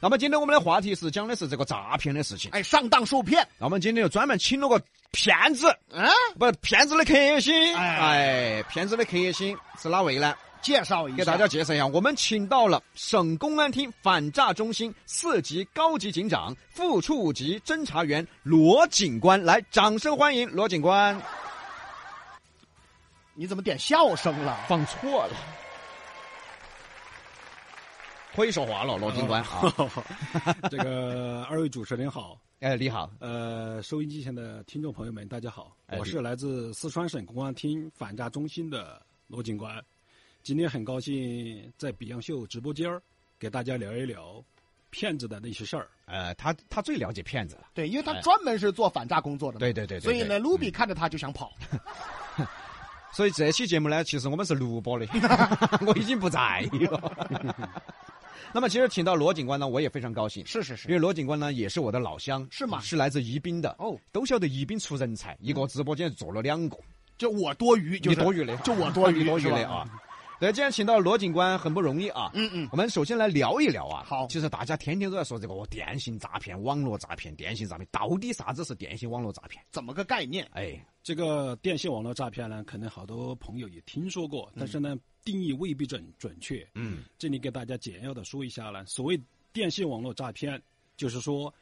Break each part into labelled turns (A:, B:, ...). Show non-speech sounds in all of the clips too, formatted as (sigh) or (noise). A: 那么今天我们的话题是讲的是这个诈骗的事情。
B: 哎，上当受骗，
A: 那我们今天就专门请了个骗子，
B: 嗯，
A: 不，骗子的克星。
B: 哎
A: 哎，骗子的克星是哪位呢？
B: 介绍一下
A: 给大家介绍一下，我们请到了省公安厅反诈中心四级高级警长、副处级侦查员罗警官，来，掌声欢迎罗警官。
B: 你怎么点笑声了？
A: 放错了，会说话了，罗警官嗯好。
C: (laughs) 这个二位主持人好，
A: (laughs) 哎，你好，
C: 呃，收音机前的听众朋友们，大家好，
A: 哎
C: 我
A: 你
C: 是来自四川省公安厅反诈中心的罗警官，今天很高兴在比洋秀直播间儿给大家聊一聊骗子的那些事儿。
A: 呃，他他最了解骗子了。
B: 对，因为他
A: 哎
B: 专门是做反诈工作的嘛，
A: 对对对对
B: 所以呢，
A: 对
B: 卢比看着他就想跑，
A: 所以这期节目呢，其实我们是录
B: (laughs)
A: 播的，我已经不在了。 (laughs) 那么，其实请到罗警官呢，我也非常高兴，
B: 是是
A: 因
B: 是，
A: 为罗警官呢也是我的老乡，
B: 是吗
A: 是来自宜宾的。
B: 哦，
A: 都晓得宜宾出人才，一个直播间做了两个，
B: 就我多余，就
A: 你
B: 是
A: 多余的，
B: 就我多余，
A: (laughs) 你多余
B: 是
A: 的
B: 吧
A: 啊。。对，今天请到罗警官很不容易啊。
B: 嗯嗯，
A: 我们首先来聊一聊啊。
B: 好
A: 其实大家天天都在说这个哦电信诈骗、网络诈骗、电信诈骗，到底啥子是电信网络诈骗？
B: 怎么个概念？
A: 哎，
C: 这个电信网络诈骗呢，可能好多朋友也听说过，但是呢，定义未必准准确。
A: 嗯，
C: 这里给大家简要的说一下呢，所谓电信网络诈骗，就是说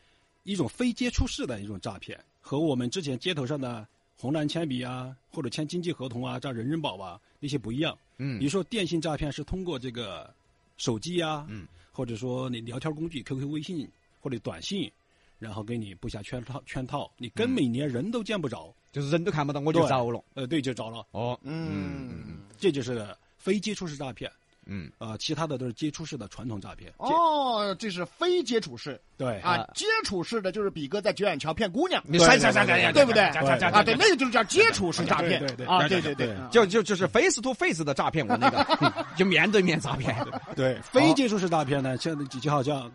C: 一种非接触式的一种诈骗，和我们之前街头上的红蓝铅笔啊，或者签经济合同啊、诈人人保啊那些不一样。
A: 嗯
C: 比如说电信诈骗是通过这个手机啊，
A: 嗯，
C: 或者说你聊天工具 QQ、微信或者短信，然后给你布下圈套，圈套
A: 嗯
C: 你根本连人都见不着，
A: 就是人都看不到，我就
C: 对
A: 着了。
C: 呃，对，就着了，
A: 哦，
B: 嗯，
C: 这就是非接触式诈骗。
A: 嗯，
C: 呃，其他的都是接触式的传统诈骗。
B: 哦，这是非接触式
C: 对
B: 啊
A: 啊，
B: 接触式的就是比哥在九眼桥骗姑娘，
A: 你
C: 对
A: 删
C: 对
A: 删删
C: 对
A: 删删，
B: 对不对？
C: 对
B: 啊，对，那个就是叫接触式诈骗
C: 对对对
B: 啊，对
C: 对
B: 对
C: 对
B: 对
C: 对，
B: 啊
A: 就就就是 face to face 的诈骗，我那个就面对面诈骗。
C: 对，非接触式诈骗呢，像就就好像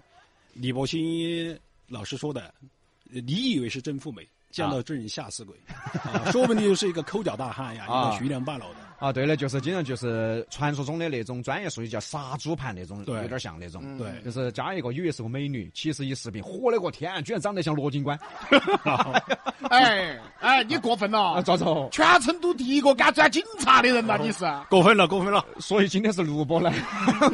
C: 李伯清老师说的，呃你以为是真富美，见到真人吓死鬼，啊说不定就是一个抠脚大汉呀，
A: 啊
C: 一个徐娘半老的。
A: 啊，对了，就是经常就是传说中的那种专业术语叫杀猪盘那种，
C: 对
A: 有点像那种。
C: 对
A: 就是加一个以为是个美女，其实一视频，嚯嘞个天，居然长得像罗警官
B: 哎哎，你过分
A: 啊！
B: 了，
A: 咋着？
B: 全成都第一个敢转警察的人了，你是？
C: 过分了，过分了。
A: 所以今天是录播呢，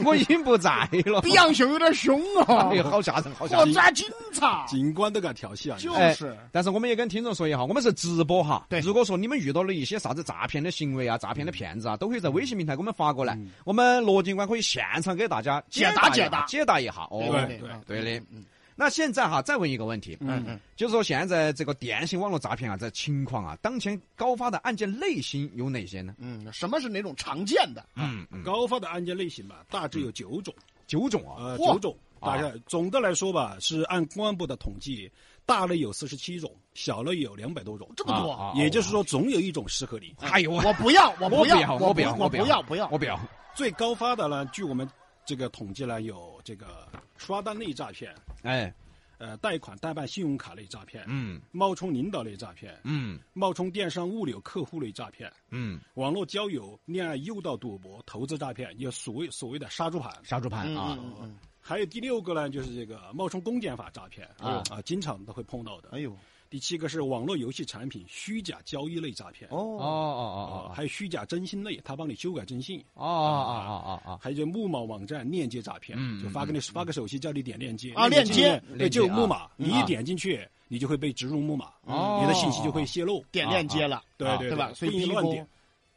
A: 我已经不在了。
B: 比杨秀有点凶哦
A: 哎，呦，好吓人，好吓
B: 我
A: 人！
B: 抓警察，
C: 警官都敢调戏啊！你
B: 就
A: 哎
B: 是
A: 但是我们也跟听众说一下，我们是直播哈。
B: 对
A: 如果说你们遇到了一些啥子诈骗的行为啊、诈骗的骗子啊，都可以在微信平台给我们发过来，我们罗警官可以现场给大家
B: 解嗯答
A: 答
B: 解
A: 解
B: 答
A: 解答一下。哦，
C: 对对
A: 对的
B: 嗯
A: 那现在哈，再问一个问题，
B: 嗯嗯，
A: 就是说现在这个电信网络诈骗啊，这情况啊，当前高发的案件类型有哪些呢？
B: 嗯，什么是哪种常见的？啊
A: 嗯嗯，
C: 高发的案件类型吧，大致有九种，
A: 九种啊，
C: 呃，
B: 嚯
C: 九种。大概总的来说吧，是按公安部的统计，大类有四十七种，小类有两百多种，
B: 这么多
A: 啊啊
C: 也就是说总有一种适合你。
A: 哎呦，我
B: 呃我不要，我
A: 不
B: 要，
A: 我
B: 我
A: 要，
B: 我
A: 不
B: 要，不要
A: 我。不要。
C: 最高发的呢，据我们这个统计呢，有这个刷单类诈骗，
A: 哎，
C: 呃，贷款代办信用卡类诈骗，
A: 嗯
C: 冒充领导类诈骗，
A: 嗯
C: 冒充电商物流客户类诈骗，
A: 嗯，
C: 网络交友、恋爱诱导、赌博、投资诈骗，也所谓所谓的杀猪盘。
A: 杀猪盘
B: 嗯
A: 啊，
B: 嗯嗯，
C: 还有第六个呢，就是这个冒充公检法诈骗
A: 啊
C: 啊，经常都会碰到的
B: 哎。呦，
C: 第七个是网络游戏产品虚假交易类诈骗，
A: 哦哦
B: 哦，
A: 哦
C: 啊，还有虚假征信类，他帮你修改征信。
A: 哦哦哦哦哦哦，
C: 还有就木马网站链接诈骗，
A: 嗯
C: 就发给你发个手机叫你点链接
B: 啊链接啊
C: 进去
A: 链接
C: 对，就有木马，
A: 嗯
C: 你一点进去，你就会被植入木马，
A: 哦
C: 你的信息就会泄露，
B: 点链接了，
C: 对
A: 啊
C: 对
B: 对吧？所以
C: 不
B: 逼
C: 应
B: 哥
C: 乱点。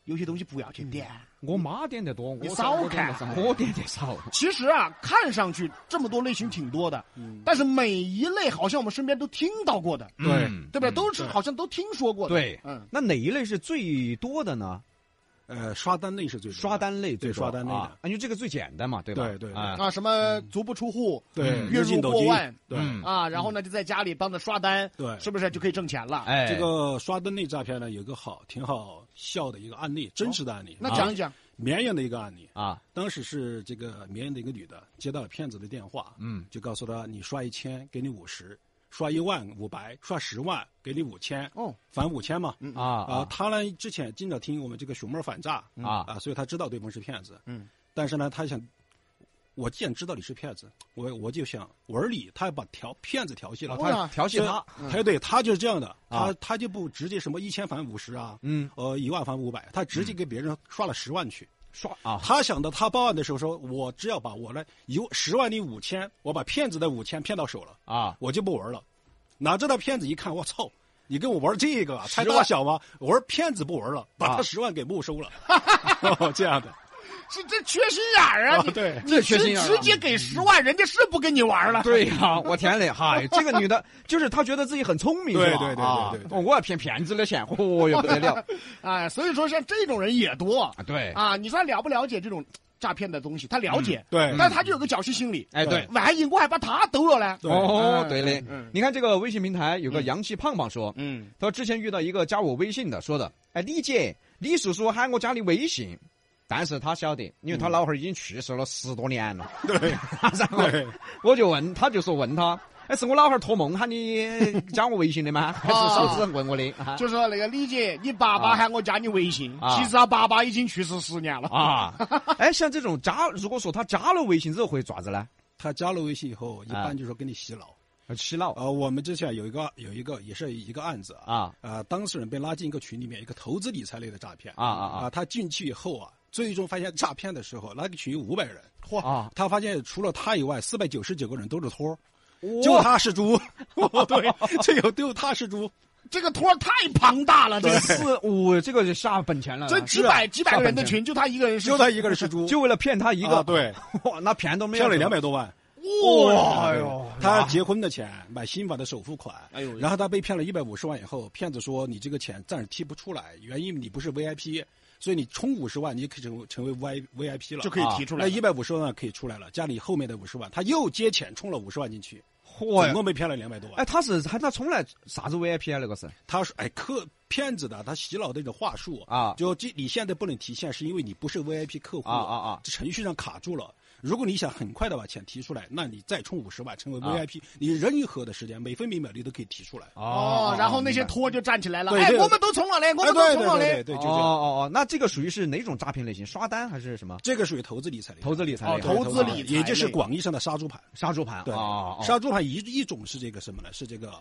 B: 有些东西不要去点。
A: 我妈点得多，我
B: 你少
A: 我点得
B: 看
A: 少我点的少。
B: 其实啊，看上去这么多类型挺多的，但是每一类好像我们身边都听到过的，
C: 对
A: 嗯嗯
B: 对不对？
A: 嗯
B: 都是好像都听说过的。
A: 对
B: 嗯，
A: 那哪一类是最多的呢？
C: 呃，刷单类是最多的
A: 刷，单类最
C: 对
A: 多
C: 刷单类的
A: 啊，啊因为这个最简单嘛，对吧？
C: 对对对
A: 啊
B: 啊，什么足不出户，
C: 对，
B: 月入
C: 进斗
B: 嗯过
C: 金
B: 万，
C: 对，
A: 嗯
B: 啊，然后呢就在家里帮着刷单，
C: 对
B: 是不是就可以挣钱了？
A: 哎，
C: 这个刷单类诈骗呢，有个好挺好笑的一个案例，真实的案例，
B: 哦那
C: 啊
B: 讲一讲，
C: 绵阳的一个案例，
A: 啊，
C: 当时是这个绵阳的一个女的接到了骗子的电话，
A: 嗯，
C: 就告诉他你刷一千给你五十，刷一万五百，刷十万给你五千，
B: 哦，
C: 返五千嘛。
A: 啊
C: 啊
A: 啊，
C: 他呢之前经常听我们这个熊猫反诈
A: 啊
C: 啊，所以他知道对方是骗子。
B: 嗯，
C: 但是呢，他想我既然知道你是骗子，我我就想玩你，他把调骗子调戏了，
B: 哦呀
A: 他调戏他，
C: 他，哎，对他就是这样的，
A: 嗯啊
C: 他他就不直接什么一千返五十啊，
A: 嗯，
C: 呃一万返五百，他直接给别人刷了十万去。
A: 刷啊，
C: 他想的，他报案的时候说，我只要把我的一十万里五千，我把骗子的五千骗到手了，
A: 啊，
C: 我就不玩了。哪知道骗子一看，我操！你跟我玩这个啊，猜
A: 十万
C: 大小吗？我说骗子不玩了，把
A: 啊
C: 他十万给没
A: (laughs)
C: 收了，哦这样的
B: 这这缺心眼儿啊！
C: 啊，
B: 你
C: 对，
A: 这
B: 直
A: 缺心眼儿啊
B: 直接给十万，人家是不跟你玩了。
A: 对呀、我天嘞，嗨，这个女的，就是她觉得自己很聪明，
C: 对
A: 是吧
C: 对对对
A: 啊
C: 对对
A: 哦我也骗骗子的钱，哦哟不得了
B: 哎，所以说像这种人也多
A: 啊！对，
B: 啊。你说他了不了解这种诈骗的东西？他了解，
A: 嗯
C: 对，
B: 但是他就有个侥幸心理。
A: 哎对，
B: 万一我还把他兜了呢？
C: 对
A: 哦
B: 嗯
A: 对嘞
B: 嗯，
A: 你看这个微信平台有个洋气胖胖说，
B: 嗯，
A: 他说之前遇到一个加我微信的，说的，哎，李姐，李叔叔喊我加你微信，但是他晓得，因为他老汉儿已经去世了十多年了。
C: 对
A: (laughs) 然后
C: 对
A: 我就问，他就说问他，哎，是我老汉儿托梦喊
B: (laughs)
A: 你加我微信的吗？还
B: 哦
A: 是手指问我的？啊
B: 就说那个李姐，你爸爸
A: 啊
B: 喊我加你微信，
A: 啊
B: 其实他爸爸已经去世十年了。
A: 啊，哎，像这种加，如果说他加了微信之后会咋子呢？
C: 他加了微信以后，一
A: 啊
C: 般就说给你洗脑。
A: 洗脑
C: 呃，我们之前有一个有一个也是一个案子啊，
A: 啊
C: 呃，当事人被拉进一个群里面，一个投资理财类的诈骗
A: 啊啊
C: 啊，
A: 啊
C: 他进去以后啊，最终发现诈骗的时候，那个群五百人，嚯
A: 啊！
C: 他发现除了他以外，四百九十九个人都是托儿，就
A: 就
C: 他是猪， (laughs) 对，只有就他是猪，
B: 这个托儿太庞大了，这
A: 这
B: 个
A: 是我这个就下本钱了，啊
B: 这几百几百个人的群，就他一个人是
C: 就他一个人是猪，
A: 就为了骗他一个，
C: 啊对，
A: 哇，那骗都没有
C: 骗了两百多万。
B: 哇，
A: 哎呦，
C: 他结婚的钱，买新房的首付款，
B: 哎呦
C: 然后他被骗了一百五十万以后，骗子说你这个钱暂时提不出来，原因你不是 VIP，所以你充五十万，你可以成成为 V VIP 了，
B: 就可以提出来了。
C: 那呃一百五十万可以出来了，家里后面的五十万，他又借钱充了五十万进去，
A: 嚯
C: 总
A: 呀！
C: 共被骗了两百多万。
A: 哎，他是喊他充来啥子 VIP 啊？那个是
C: 他说：“哎，客骗子的，他洗脑的一种话术
A: 啊
C: 就这你现在不能提现，是因为你不是 VIP 客户
A: 啊啊啊
C: 这程序上卡住了。如果你想很快的把钱提出来，那你再充五十万成为
A: 啊
C: VIP，、你任何的时间每分每秒你都可以提出来。
B: 哦，然后那些托就站起来了，
C: 对
B: 哎
C: 这，个
B: 我们都从了嘞，我们
C: 哎，
B: 都
C: 对
B: 从
C: 对
B: 了
C: 对
B: 嘞
C: 对，对，就
A: 哦
C: 这样。
A: 哦哦，那这个属于是哪种诈骗类型？刷单还是什么？
C: 这个属于投资理财类的，
A: 投资理财类
B: 哦
A: 的、
C: 对
B: 投资理财类
C: 也就是广义上的杀猪盘。
A: 杀猪盘。
C: 对，
A: 哦哦哦
C: 杀猪盘一一种是这个什么呢？是这个，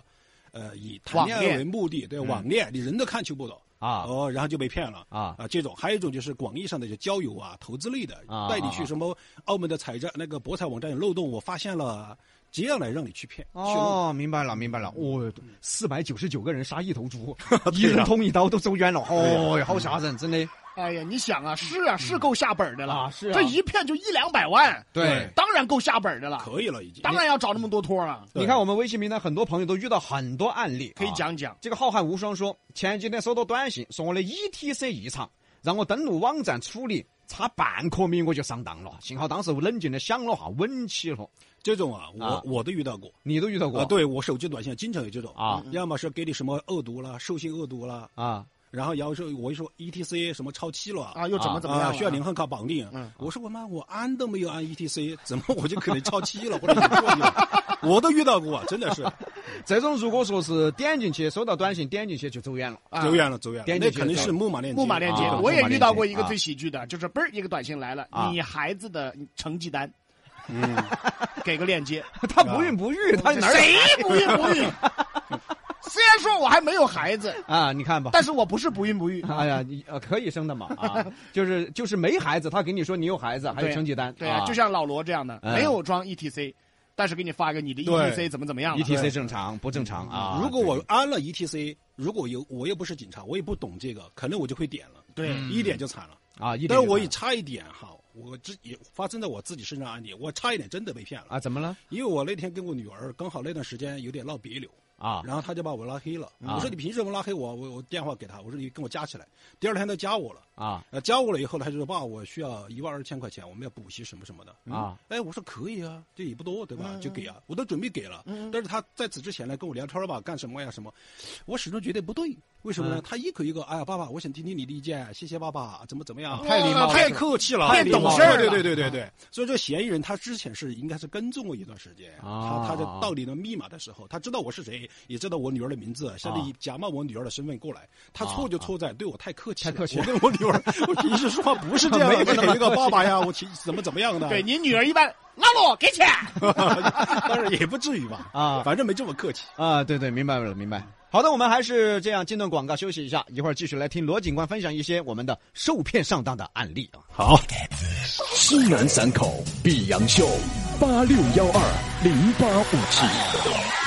C: 呃，以谈
B: 网
C: 恋爱
B: 恋
C: 为目的，对网恋，你人都看球不懂
A: 嗯啊
C: 哦，然后就被骗了
A: 啊
C: 啊，这种还有一种就是广义上的就交友啊、投资类的
A: 啊，
C: 带你去什么澳门的彩站那个博彩网站有漏洞，我发现了，这样来让你去骗。去弄
A: 哦，明白了，明白了。哦，四百九十九个人杀一头
C: (laughs)
A: 猪，
C: 啊
A: 一人捅一刀都走远了。哦，好吓人，真的。
B: 哎呀，你想啊，是啊，是够下本儿的
A: 嗯
B: 了
A: 啊是啊
B: 这一骗就一两百万，
A: 对啊
B: 当然够下本儿的了，
C: 可以了已经。
B: 当然要找那么多托了，
C: 对
A: 你看我们微信平台很多朋友都遇到很多案例，
B: 可以
A: 啊
B: 讲讲。
A: 这个浩瀚无双说，前几天收到短信说我的 ETC 异常，让我登录网站处理，差半颗米我就上当了。幸好当时我冷静的想了下，稳起了。
C: 这种啊，
A: 啊
C: 我我都遇到过。
A: 你都遇到过？
C: 啊，对我手机短信经常有这种
A: 啊，
C: 要么是给你什么恶毒啦、授信恶毒啦，
A: 啊
C: 然后然后说我一说 E T C 什么超期了
B: 啊，又怎么怎么样
C: 啊，
B: 了？
C: 需要零号卡绑定。
B: 嗯
C: 我说我妈，我安都没有安 ETC，怎么我就可能超期了或者已经过去
B: (laughs)
C: 了？我都遇到过，真的是
B: 啊
A: 这种如果说是点进去收到短信，点进去就走
B: (laughs)
A: 远了。
B: 啊
C: 走远了，走远了。
A: 点
C: 那
A: 进去
C: 肯定
A: 就走
C: 是木马链接，
B: 木马链接
A: 啊，
B: 我也遇到过
A: 木马链接
B: 一个最喜剧的，就是嘣儿一个短信来了，
A: 啊
B: 你孩子的成绩单，
C: 嗯，
B: (laughs) 给个链接，
A: 他不孕不育，他哪儿
B: 啊谁不孕不育？虽然说我还没有孩子，
A: (laughs) 啊？你看吧。
B: 但是我不是不孕不育，
A: 哎呀，你呃可以生的嘛啊，就是就是没孩子，他给你说你有孩子，还有
B: 对
A: 成绩单，
B: 对啊，就像老罗这样的，
A: 嗯
B: 没有装 ETC，但是给你发个你的
C: 对
B: ETC 怎么怎么样了嗯
A: ETC 正常不正常啊？
C: 如果我安了 ETC，如果有我又不是警察，我也不懂这个，可能我就会点了，
B: 对，
C: 一点就惨了。
A: 啊，一点
C: 但
A: 就
C: 是我
A: 看
C: 也差一点哈，我自己发生在我自己身上案例，我差一点真的被骗了，
A: 啊怎么了
C: 因为我那天跟我女儿刚好那段时间有点闹别扭。
A: 啊？
C: 然后他就把我拉黑了。
A: 啊
C: 我说你凭什么拉黑我？我我电话给他，我说你跟我加起来。第二天他加我了，
A: 啊
C: 呃，加我了以后，他就说爸，我需要一万二千块钱，我们要补习什么什么的。
B: 嗯
A: 啊
C: 哎，我说可以啊，这也不多对吧？就给啊，我都准备给了。但是他在此之前来跟我聊天吧，干什么呀什么，我始终觉得不对，为什么呢？他一口一个，哎呀爸爸，我想听听你的意见，谢谢爸爸，怎么怎么样。
A: 太礼貌了
C: 太客气了，啊
B: 太
C: 礼貌
B: 懂事儿了
C: 对对对对对。所以这嫌疑人他之前是应该是跟踪我一段时间，
A: 啊
C: 他他在盗领了密码的时候，他知道我是谁，也知道我女儿的名字，现在以假冒我女儿的身份过来。他错就错在对我太客气了，
A: 太客气
C: (laughs) 我跟 (laughs) 我女儿，我平时说话不是这样
A: 没有
C: 的，
A: 那么
C: (laughs) 给一个爸爸呀，我其怎么怎么样的。
B: 对你女儿一般，
D: 老罗给钱。
B: (laughs)
C: 当然也不至于吧，
A: 啊
C: 反正没这么客气。
A: 啊，对对，明白了，明白。好的，我们还是这样进段广告休息一下，一会儿继续来听罗警官分享一些我们的受骗上当的案例啊。
C: 好，
E: 西南散口碧阳秀八六幺二零八五七。